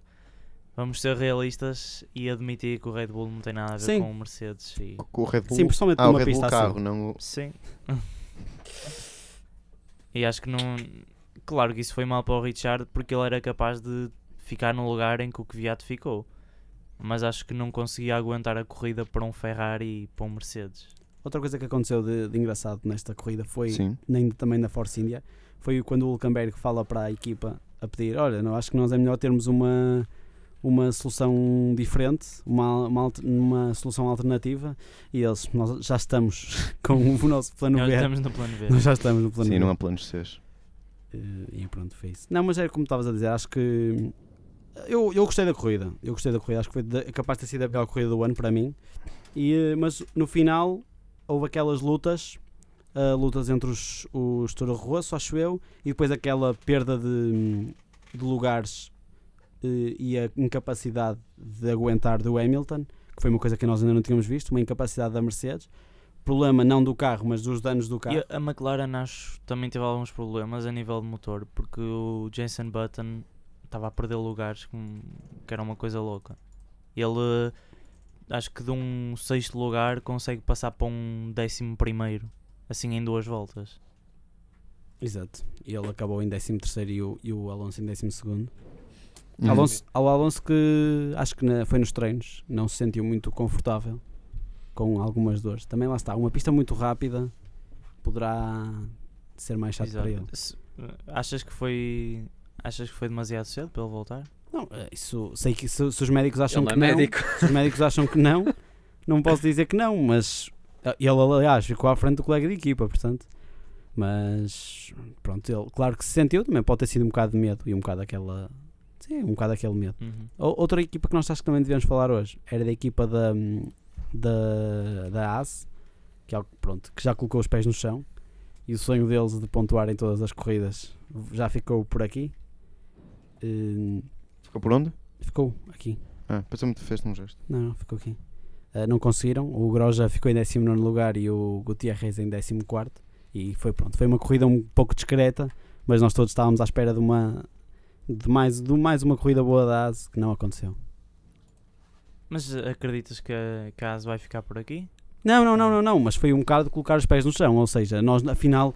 [SPEAKER 7] vamos ser realistas e admitir que o Red Bull não tem nada a ver
[SPEAKER 6] Sim.
[SPEAKER 7] com o Mercedes e
[SPEAKER 4] Com o Red Bull.
[SPEAKER 6] Sim, principalmente
[SPEAKER 4] ah, o
[SPEAKER 6] numa
[SPEAKER 4] Red Bull
[SPEAKER 6] pista assim.
[SPEAKER 4] carro, não o...
[SPEAKER 7] sim. e acho que não claro que isso foi mal para o Richard porque ele era capaz de ficar no lugar em que o Kvyat ficou. Mas acho que não conseguia aguentar a corrida para um Ferrari e para um Mercedes.
[SPEAKER 6] Outra coisa que aconteceu de, de engraçado nesta corrida foi
[SPEAKER 4] Sim.
[SPEAKER 6] nem também na Force India, foi quando o Hulkenberg fala para a equipa a pedir: olha, não, acho que nós é melhor termos uma, uma solução diferente, uma, uma, alter- uma solução alternativa. E eles, nós já estamos com o nosso plano
[SPEAKER 7] Nós
[SPEAKER 6] B.
[SPEAKER 7] estamos no plano B.
[SPEAKER 6] Nós já estamos no plano
[SPEAKER 4] Sim,
[SPEAKER 6] B.
[SPEAKER 4] não há planos Cs.
[SPEAKER 6] Eh, E pronto, foi isso. Não, mas era como estavas a dizer, acho que. eh, Eu, eu gostei da corrida, eu gostei da corrida, acho que foi da- capaz de ter sido a melhor corrida do ano para mim. E, eh, mas no final houve aquelas lutas, ah, lutas entre os, os Toro Rosso, acho eu, e depois aquela perda de, de lugares eh, e a incapacidade de aguentar do Hamilton, que foi uma coisa que nós ainda não tínhamos visto, uma incapacidade da Mercedes. Problema não do carro, mas dos danos do carro.
[SPEAKER 7] E a- a McLaren acho também teve alguns problemas a nível de motor, porque o Jensen Button estava a perder lugares com- que era uma coisa louca. Ele acho que de um sexto lugar consegue passar para um décimo primeiro, assim em duas voltas.
[SPEAKER 6] Exato. E ele acabou em 13 terceiro e o, e o Alonso em 12 segundo.
[SPEAKER 4] Uhum.
[SPEAKER 6] Alonso, ao Alonso que acho que na- foi nos treinos, não se sentiu muito confortável com algumas dores. Também lá está, uma pista muito rápida poderá ser mais chato
[SPEAKER 7] Exato.
[SPEAKER 6] para ele.
[SPEAKER 7] Se- eh, achas que foi achas que foi demasiado cedo para ele voltar?
[SPEAKER 6] Não, eh, isso sei que se, se os médicos acham
[SPEAKER 5] Ele não é
[SPEAKER 6] que não,
[SPEAKER 5] médico.
[SPEAKER 6] se os médicos acham que não, não posso dizer que não, mas eh, ele aliás ficou à frente do colega de equipa, portanto. Mas pronto, ele claro que se sentiu, também pode ter sido um bocado de medo e um bocado aquela. Sim, um bocado aquele medo. Ou- Outra equipa que nós acho que também devíamos falar hoje era da equipa da, da, da AS, que, é algo, pronto, que já colocou os pés no chão e o sonho deles de pontuar em todas as corridas já ficou por aqui. Hum,
[SPEAKER 4] Ficou por onde?
[SPEAKER 6] ficou aqui.
[SPEAKER 4] Ah, passou muito fez um gesto.
[SPEAKER 6] Não, não, ficou aqui. Ah, não conseguiram. O Groja ficou em 19 lugar e o Gutierrez em 14. E foi pronto. Foi uma corrida um pouco discreta, mas nós todos estávamos à espera de uma. De mais, de mais uma corrida boa da ASE que não aconteceu.
[SPEAKER 7] Mas eh, acreditas que a que a ASE vai ficar por aqui?
[SPEAKER 6] Não, não, não, não, não, mas foi um bocado de colocar os pés no chão, ou seja, nós afinal,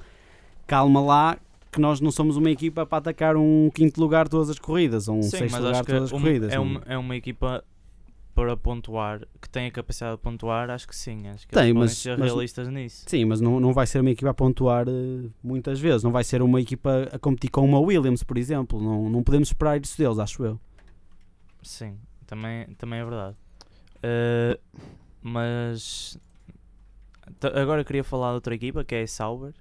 [SPEAKER 6] calma lá, que nós não somos uma equipa para atacar um quinto lugar todas as corridas, ou um sexto lugar todas as
[SPEAKER 7] uma-
[SPEAKER 6] corridas. um
[SPEAKER 7] é,
[SPEAKER 6] não-
[SPEAKER 7] uma, é uma equipa para pontuar, que tem a capacidade de pontuar, acho que sim. Acho que
[SPEAKER 6] Tem,
[SPEAKER 7] eles podem
[SPEAKER 6] mas-
[SPEAKER 7] ser
[SPEAKER 6] mas-
[SPEAKER 7] realistas nisso.
[SPEAKER 6] Sim, mas não, não vai ser uma equipa a pontuar eh, muitas vezes, não vai ser uma equipa a competir com uma Williams, por exemplo, não, não podemos esperar isso deles, acho eu.
[SPEAKER 7] Sim, também, também é verdade. Eh, mas ta- agora queria falar de outra equipa que é a Sauber,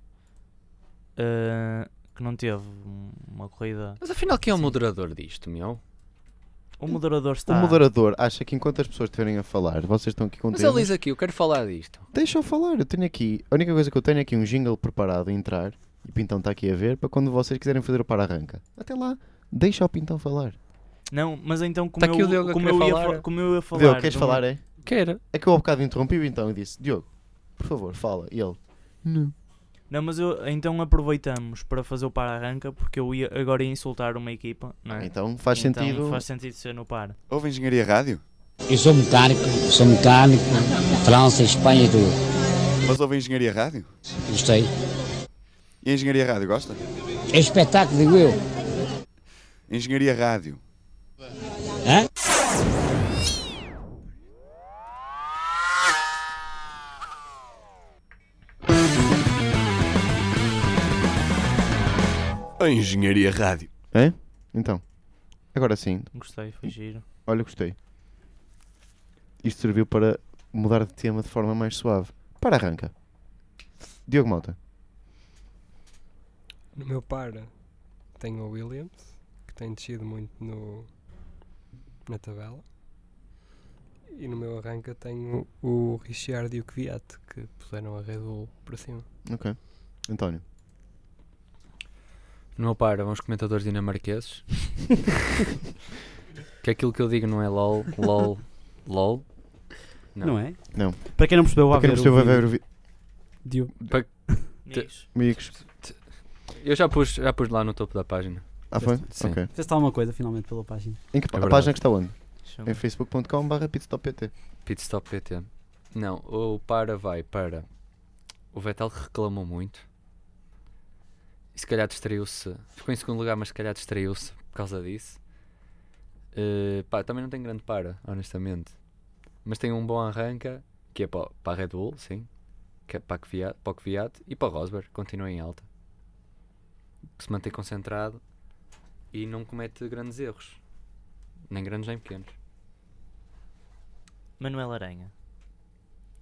[SPEAKER 7] eh, que não teve um- uma corrida.
[SPEAKER 5] Mas afinal, quem é o moderador disto, meu?
[SPEAKER 7] O
[SPEAKER 6] Um
[SPEAKER 7] moderador está.
[SPEAKER 4] O moderador acha que enquanto as pessoas estiverem a falar, vocês estão aqui
[SPEAKER 5] Mas
[SPEAKER 4] contentes.
[SPEAKER 5] ele diz aqui, eu quero falar disto.
[SPEAKER 4] Deixa eu falar, eu tenho aqui. A única coisa que eu tenho é aqui um jingle preparado a entrar e o Pintão está aqui a ver para quando vocês quiserem fazer o para-arranca. Até lá, deixa o Pintão falar.
[SPEAKER 7] Não, mas então como
[SPEAKER 5] Tá aqui o
[SPEAKER 7] eu,
[SPEAKER 5] Diogo a
[SPEAKER 7] como
[SPEAKER 5] querer
[SPEAKER 7] eu ia
[SPEAKER 5] falar.
[SPEAKER 7] fa- como eu ia falar.
[SPEAKER 4] Diogo, queres
[SPEAKER 7] de um uma-
[SPEAKER 4] falar, é?
[SPEAKER 5] Quero.
[SPEAKER 4] É que eu há bocado interrompi o Pintão e disse: Diogo, por favor, fala. E ele: Não.
[SPEAKER 7] Não, mas eu, então aproveitamos para fazer o para-arranca, porque eu ia agora ia insultar uma equipa, não é?
[SPEAKER 4] Então faz
[SPEAKER 7] Então
[SPEAKER 4] sentido.
[SPEAKER 7] Faz sentido ser no par.
[SPEAKER 10] Houve engenharia rádio?
[SPEAKER 11] Eu sou mecânico, sou mecânico, França, Espanha e tudo.
[SPEAKER 10] Mas houve engenharia rádio?
[SPEAKER 11] Gostei.
[SPEAKER 10] E a engenharia rádio gosta?
[SPEAKER 11] É espetáculo, digo eu.
[SPEAKER 10] Engenharia rádio.
[SPEAKER 11] Hã?
[SPEAKER 10] engenharia rádio.
[SPEAKER 4] É? Então, agora sim,
[SPEAKER 7] Gostei, foi giro.
[SPEAKER 4] olha, gostei. Isto serviu para mudar de tema de forma mais suave. Para-arranca. Diogo Mota.
[SPEAKER 8] No meu par tenho o Williams, que tem descido muito no, na tabela. E no meu arranca tenho o Richard e o Kvyat, que puseram a Red Bull para cima.
[SPEAKER 4] Ok. António.
[SPEAKER 5] Não para, vão os comentadores dinamarqueses. que aquilo que eu digo não é lol, lol, lol. Não.
[SPEAKER 6] Não, é?
[SPEAKER 4] Não.
[SPEAKER 6] Para quem não percebeu, vá
[SPEAKER 4] Para quem não
[SPEAKER 6] ver
[SPEAKER 4] percebeu,
[SPEAKER 6] o
[SPEAKER 4] vai
[SPEAKER 6] vídeo.
[SPEAKER 4] ver o vídeo.
[SPEAKER 6] Diogo.
[SPEAKER 7] Nisso.
[SPEAKER 4] Amigos.
[SPEAKER 5] Eu já pus, já pus lá no topo da página.
[SPEAKER 4] Ah, foi?
[SPEAKER 5] Sim.
[SPEAKER 4] Ok.
[SPEAKER 6] Fizeste alguma coisa finalmente pela página.
[SPEAKER 4] Em que pa- a
[SPEAKER 5] verdade.
[SPEAKER 4] página que está onde?
[SPEAKER 7] Deixa eu
[SPEAKER 4] Em
[SPEAKER 7] ver.
[SPEAKER 4] facebook.com.br pitstoppt.
[SPEAKER 5] Pitstop PT. Não, o para vai para. O Vettel reclamou muito. E se calhar distraiu-se. Ficou em segundo lugar, mas se calhar distraiu-se por causa disso. Eh, pá, também não tem grande para, honestamente. Mas tem um bom arranca, que é para, o- para a Red Bull, sim. Que é para o Kvyat- para o Kvyat e para o Rosberg, continua em alta. Que se mantém concentrado e não comete grandes erros. Nem grandes nem pequenos.
[SPEAKER 7] Manuel Aranha.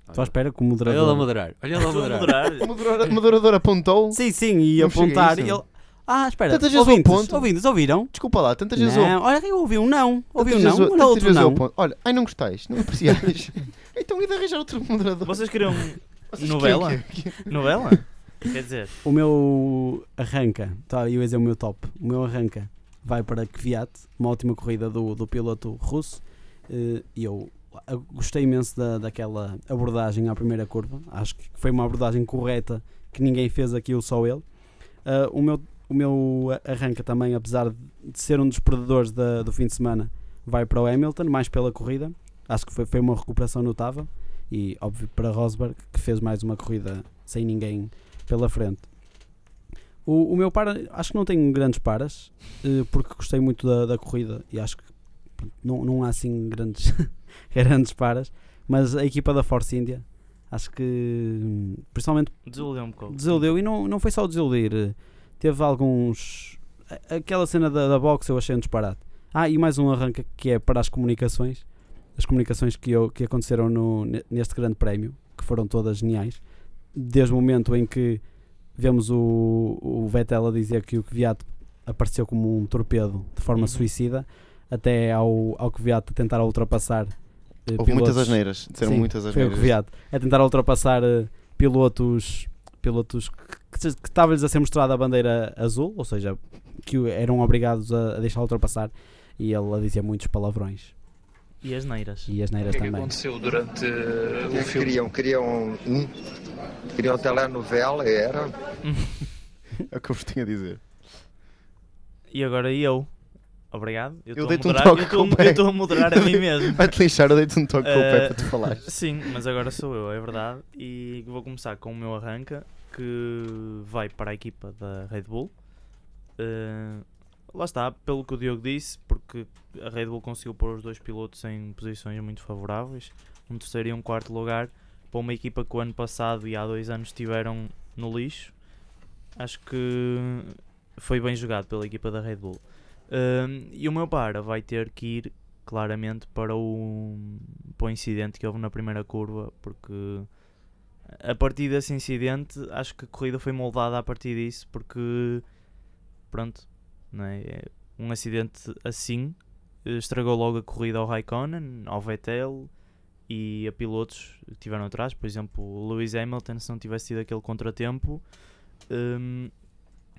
[SPEAKER 6] Estou à espera que é o
[SPEAKER 5] Olha ele a
[SPEAKER 6] moderador.
[SPEAKER 5] moderar. Olha ele a
[SPEAKER 7] Estou a
[SPEAKER 5] moderar.
[SPEAKER 4] A
[SPEAKER 7] moderar.
[SPEAKER 4] moderadora, a moderadora apontou.
[SPEAKER 6] Sim, sim, e
[SPEAKER 4] Não cheguei a
[SPEAKER 6] apontar.
[SPEAKER 4] isso.
[SPEAKER 6] e ele... Ah, espera,
[SPEAKER 4] Tantas vezes ao
[SPEAKER 6] ouvintes,
[SPEAKER 4] ponto.
[SPEAKER 6] ouvintes, ouviram?
[SPEAKER 4] Desculpa lá, tantas vezes
[SPEAKER 6] Não, olha, eu ouvi um não, ouvi um
[SPEAKER 4] tantas
[SPEAKER 6] não,
[SPEAKER 4] vezes-
[SPEAKER 6] olha
[SPEAKER 4] tantas
[SPEAKER 6] outro
[SPEAKER 4] vezes eu
[SPEAKER 6] não.
[SPEAKER 4] aponto. Olha, ai não gostais, não apreciais. então ia arranjar outro moderador.
[SPEAKER 7] Vocês é queriam
[SPEAKER 4] Vocês
[SPEAKER 7] novela?
[SPEAKER 4] querem que- que-
[SPEAKER 7] novela? Quer dizer,
[SPEAKER 6] O meu arranca, tá, eu ia dizer o meu top, o meu arranca vai para Kvyat, uma ótima corrida do, do piloto russo. eh, E eu ah, gostei imenso da, daquela abordagem à primeira curva, acho que foi uma abordagem correta que ninguém fez aquilo, só ele. Ah, o, meu, o meu a- arranca também, apesar de ser um dos perdedores da- do fim de semana, vai para o Hamilton, mais pela corrida. Acho que foi, foi uma recuperação notável. E óbvio para Rosberg, que fez mais uma corrida sem ninguém pela frente. O, o meu par, acho que não tenho grandes paras, eh, porque gostei muito da, da corrida e acho que pronto, não, não há assim grandes, grandes paras. Mas a equipa da Force India, acho que hum, principalmente
[SPEAKER 7] desiludeu um pouco.
[SPEAKER 6] Desiludiu e não, não foi só desiludir. eh, Teve alguns. a- Aquela cena da, da box eu achei um disparate. Ah, e mais um arranca que é para as comunicações. As comunicações que, eu, que aconteceram no, ne- neste grande prémio, que foram todas geniais. Desde o momento em que vemos o, o Vettel a dizer que o Kvyat apareceu como um torpedo de forma
[SPEAKER 7] Uhum.
[SPEAKER 6] suicida, até ao, ao Kvyat tentar ultrapassar. eh,
[SPEAKER 4] Houve muitas
[SPEAKER 6] pilotos-
[SPEAKER 4] asneiras, disseram
[SPEAKER 6] Sim,
[SPEAKER 4] muitas
[SPEAKER 6] foi o
[SPEAKER 4] asneiras.
[SPEAKER 6] Kvyat a tentar ultrapassar eh, pilotos, pilotos que, que- que estava-lhes a ser mostrada a bandeira azul, ou seja, que o- eram obrigados a, a deixá-lo ultrapassar, e ele a dizia muitos palavrões.
[SPEAKER 7] E as neiras.
[SPEAKER 6] E as
[SPEAKER 11] é
[SPEAKER 5] é
[SPEAKER 6] neiras também.
[SPEAKER 12] aconteceu durante
[SPEAKER 5] eh,
[SPEAKER 13] O que é que queriam? Queriam, hum, queriam telenovela, era.
[SPEAKER 4] É o que eu vos tinha a dizer.
[SPEAKER 7] E agora eu. Obrigado. Eu
[SPEAKER 4] Eu
[SPEAKER 7] estou a
[SPEAKER 4] dei-te um
[SPEAKER 7] moderar-
[SPEAKER 4] toque
[SPEAKER 7] eu tô-
[SPEAKER 4] com o pé.
[SPEAKER 7] Eu estou a moderar a mim mesmo.
[SPEAKER 4] Vai-te lixar, eu dei-te um toque com o pé
[SPEAKER 7] Eh,
[SPEAKER 4] para tu falares.
[SPEAKER 7] Sim, mas agora sou eu, é verdade. E vou começar com o meu arranca, que vai para a equipa da Red Bull. Eh, lá está, pelo que o Diogo disse, porque a Red Bull conseguiu pôr os dois pilotos em posições muito favoráveis. Um terceiro e um quarto lugar para uma equipa que o ano passado e há dois anos estiveram no lixo. Acho que foi bem jogado pela equipa da Red Bull. Hum, e o meu para vai ter que ir claramente para o, para o incidente que houve na primeira curva, porque a partir desse incidente acho que a corrida foi moldada a partir disso, porque pronto, não é? É um acidente assim eh, estragou logo a corrida ao Raikkonen, ao Vettel e a pilotos que estiveram atrás, por exemplo, o Lewis Hamilton, se não tivesse tido aquele contratempo, hum,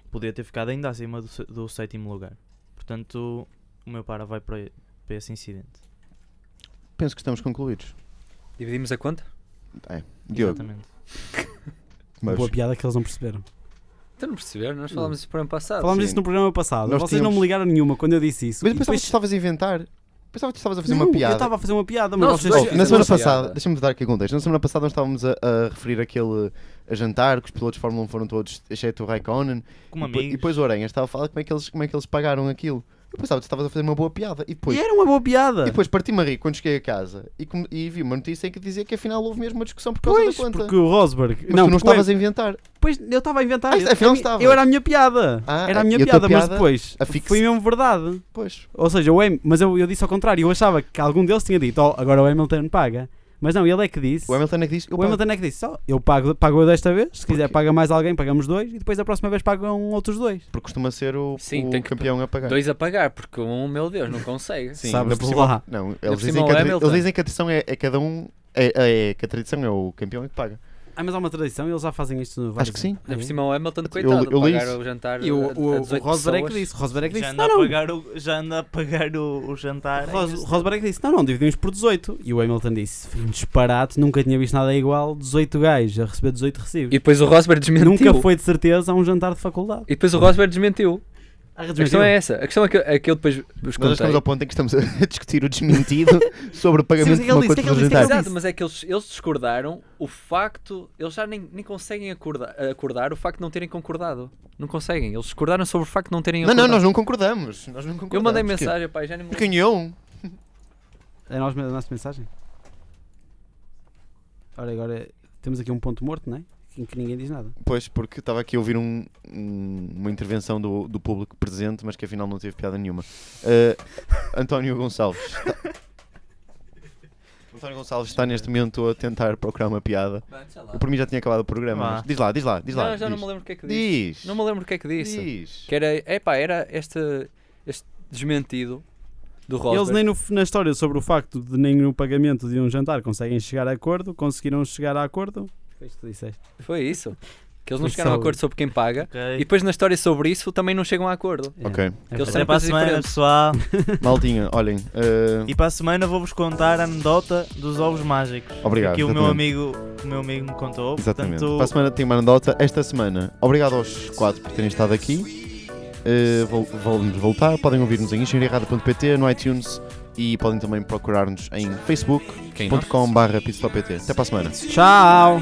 [SPEAKER 7] podia ter ficado ainda acima do, se- do sétimo lugar. Portanto, o meu para vai para, para esse incidente.
[SPEAKER 4] Penso que estamos concluídos.
[SPEAKER 5] Dividimos a conta?
[SPEAKER 4] É. Diogo.
[SPEAKER 7] Exatamente.
[SPEAKER 4] Mas-
[SPEAKER 6] Boa piada que eles não perceberam.
[SPEAKER 5] Estão a perceber? Então Nós falámos isso para o ano passado.
[SPEAKER 6] Falámos
[SPEAKER 5] Ah, Sim.
[SPEAKER 6] isso no programa passado.
[SPEAKER 5] Nós
[SPEAKER 6] Vocês
[SPEAKER 5] tínhamos-
[SPEAKER 6] não me ligaram nenhuma quando eu disse isso.
[SPEAKER 4] Mas
[SPEAKER 6] E
[SPEAKER 4] eu pensava
[SPEAKER 6] depois-
[SPEAKER 4] que tu estavas a inventar. Pensava que tu estavas a fazer
[SPEAKER 6] Não,
[SPEAKER 4] uma piada.
[SPEAKER 6] Eu estava a fazer uma piada, mas vocês
[SPEAKER 4] Oh, na semana passada, deixa-me dar aqui contexto. Na semana passada nós estávamos a, a referir aquele a jantar que os pilotos de Fórmula 1 foram todos, exceto o Raikkonen.
[SPEAKER 7] Como
[SPEAKER 4] e, depois- e depois o Aranha estava a falar como é que eles, como é que eles pagaram aquilo. Eu pensava que tu estavas a fazer uma boa piada. E, depois,
[SPEAKER 6] E era uma boa piada.
[SPEAKER 4] E depois parti-me a rir quando cheguei a casa e, com- e vi uma notícia em que dizia que afinal houve mesmo uma discussão por causa
[SPEAKER 6] Pois,
[SPEAKER 4] da conta.
[SPEAKER 6] porque o Rosberg.
[SPEAKER 4] Mas tu não
[SPEAKER 6] porque o-
[SPEAKER 4] estavas a inventar.
[SPEAKER 6] Pois, eu estava a inventar.
[SPEAKER 4] Ah,
[SPEAKER 6] eu,
[SPEAKER 4] isto- afinal
[SPEAKER 6] eu-
[SPEAKER 4] estavas.
[SPEAKER 6] eu era a minha piada.
[SPEAKER 4] Ah,
[SPEAKER 6] era a minha
[SPEAKER 4] e a tua
[SPEAKER 6] piada, mas
[SPEAKER 4] piada,
[SPEAKER 6] depois
[SPEAKER 4] a fix-
[SPEAKER 6] foi mesmo verdade.
[SPEAKER 4] Pois.
[SPEAKER 6] Ou seja, o Ham, mas eu, eu disse ao contrário. Eu achava que algum deles tinha dito, oh, agora o Hamilton paga. Mas não, ele é que disse.
[SPEAKER 4] O Hamilton é que disse. eu
[SPEAKER 6] O
[SPEAKER 4] pago.
[SPEAKER 6] Hamilton é que disse, "Oh, eu pago, pago eu desta vez, se quiser paga mais alguém, pagamos dois, e depois a próxima vez pagam outros dois.
[SPEAKER 4] Porque costuma ser o,
[SPEAKER 5] Sim,
[SPEAKER 4] o
[SPEAKER 5] tem que-
[SPEAKER 4] campeão a pagar.
[SPEAKER 5] Dois a pagar, porque um, meu Deus, não consegue.
[SPEAKER 4] Sim,
[SPEAKER 6] Sabes
[SPEAKER 4] ainda
[SPEAKER 6] por
[SPEAKER 4] cima-
[SPEAKER 6] lá.
[SPEAKER 4] Não,
[SPEAKER 5] Ainda por
[SPEAKER 4] eles dizem,
[SPEAKER 5] cima
[SPEAKER 4] que
[SPEAKER 5] o
[SPEAKER 4] a, tra-
[SPEAKER 5] Hamilton.
[SPEAKER 4] eles dizem que a tradição é, é cada um. É, é que a tradição é o campeão é que paga.
[SPEAKER 6] Ah, mas há uma tradição e eles já fazem isto no
[SPEAKER 4] Acho que sim.
[SPEAKER 5] Ainda por cima o Hamilton,
[SPEAKER 4] Eu-
[SPEAKER 5] coitado,
[SPEAKER 4] eu li
[SPEAKER 5] pagar
[SPEAKER 4] isso.
[SPEAKER 5] o jantar
[SPEAKER 6] E o-
[SPEAKER 5] a- a
[SPEAKER 6] o- o
[SPEAKER 5] 18
[SPEAKER 6] Rosberg é que
[SPEAKER 5] pessoas.
[SPEAKER 6] disse, o Rosberg é que
[SPEAKER 7] Já
[SPEAKER 6] disse, não,
[SPEAKER 7] anda, a
[SPEAKER 6] não.
[SPEAKER 7] pagar o, já anda a pagar o, o jantar. é
[SPEAKER 6] Ros- Rosberg disse, não, não, dividimos por 18. E o Hamilton disse, foi um disparate, nunca tinha visto nada igual, 18 gajos a receber 18 recibos.
[SPEAKER 5] E depois o Rosberg desmentiu.
[SPEAKER 6] Nunca foi de certeza a um jantar de faculdade.
[SPEAKER 5] E depois o Rosberg desmentiu.
[SPEAKER 6] Ah,
[SPEAKER 5] A
[SPEAKER 6] desmentiu.
[SPEAKER 5] questão é essa. A questão é que, é que eu depois vos
[SPEAKER 4] Nós já
[SPEAKER 5] contei.
[SPEAKER 4] estamos ao ponto em que estamos a discutir o desmentido sobre o pagamento
[SPEAKER 6] Sim, mas
[SPEAKER 4] de uma
[SPEAKER 6] o que
[SPEAKER 4] conta
[SPEAKER 6] é que ele
[SPEAKER 4] do
[SPEAKER 6] disse? O que é que ele
[SPEAKER 4] jantar.
[SPEAKER 5] Exato, mas é que eles, eles discordaram o facto. Eles já nem, nem conseguem acorda- acordar o facto de não terem concordado. Não conseguem. Eles discordaram sobre o facto de não terem
[SPEAKER 4] Não, não,
[SPEAKER 5] acordado.
[SPEAKER 4] nós não concordamos. Nós não concordamos.
[SPEAKER 5] Eu mandei
[SPEAKER 4] Porquê?
[SPEAKER 5] mensagem, pai, já nem me
[SPEAKER 4] Porque eu.
[SPEAKER 6] É a nossa, a nossa mensagem? Ora, agora temos aqui um ponto morto, não é? Em que ninguém diz nada.
[SPEAKER 4] Pois, porque estava aqui a ouvir um- um- uma intervenção do, do público presente, mas que afinal não teve piada nenhuma. Eh, António Gonçalves. está- António Gonçalves está neste momento a tentar procurar uma piada.
[SPEAKER 5] Vai, sei lá.
[SPEAKER 4] Eu por mim já tinha acabado o programa.
[SPEAKER 5] Vá.
[SPEAKER 4] mas Diz lá, diz lá, diz lá.
[SPEAKER 5] Não, já
[SPEAKER 4] diz.
[SPEAKER 5] não me lembro o que é que disse.
[SPEAKER 4] diz.
[SPEAKER 5] Não me lembro o que é que disse.
[SPEAKER 4] Diz.
[SPEAKER 5] Que era, epá, era este, este desmentido do Rosberg.
[SPEAKER 6] Eles nem no- na história sobre o facto de nem no pagamento de um jantar conseguem chegar a acordo, conseguiram chegar a acordo. Foi isto que disseste.
[SPEAKER 5] Foi isso. Que eles não
[SPEAKER 6] Foi
[SPEAKER 5] chegaram a
[SPEAKER 6] só-
[SPEAKER 5] acordo sobre quem paga.
[SPEAKER 7] Ok.
[SPEAKER 5] E depois na história sobre isso também não chegam a acordo.
[SPEAKER 4] Ok. É
[SPEAKER 5] Que eles
[SPEAKER 7] Até
[SPEAKER 5] são
[SPEAKER 7] para a
[SPEAKER 6] assim
[SPEAKER 5] coisas
[SPEAKER 7] semana,
[SPEAKER 5] diferentes.
[SPEAKER 7] pessoal.
[SPEAKER 4] Maltinha, olhem. eh,
[SPEAKER 7] E para a semana vou-vos contar a anedota dos ovos mágicos.
[SPEAKER 4] Obrigado,
[SPEAKER 7] Que o meu
[SPEAKER 4] exatamente.
[SPEAKER 7] amigo, o meu amigo me contou.
[SPEAKER 4] Exatamente.
[SPEAKER 7] Portanto,
[SPEAKER 4] Para a semana tem uma anedota. Esta semana, obrigado aos quatro por terem estado aqui. Uh, vol- Vamos voltar. Podem ouvir-nos em engenharia.pt, no iTunes e podem também procurar-nos em facebook.com.br pistol.pt. Até para a semana.
[SPEAKER 6] Tchau!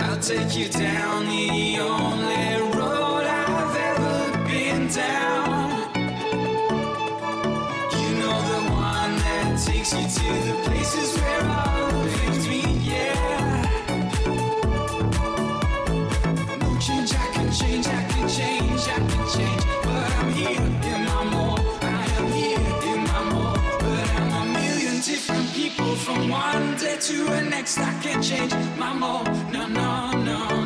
[SPEAKER 14] I'll take you down the only road I've ever been down. You know the one that takes you to the places where all the dreams yeah. No change, I can change, I can change, I can change. But I'm here in my mall, I am here in my mall. But I'm a million different people from one day to the next. I can change my mall, no, no, no.